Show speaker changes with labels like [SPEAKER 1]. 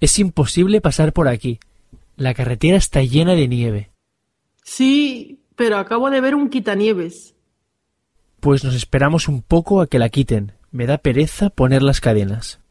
[SPEAKER 1] Es imposible pasar por aquí. La carretera está llena de nieve.
[SPEAKER 2] Sí, pero acabo de ver un quitanieves.
[SPEAKER 1] Pues nos esperamos un poco a que la quiten. Me da pereza poner las cadenas.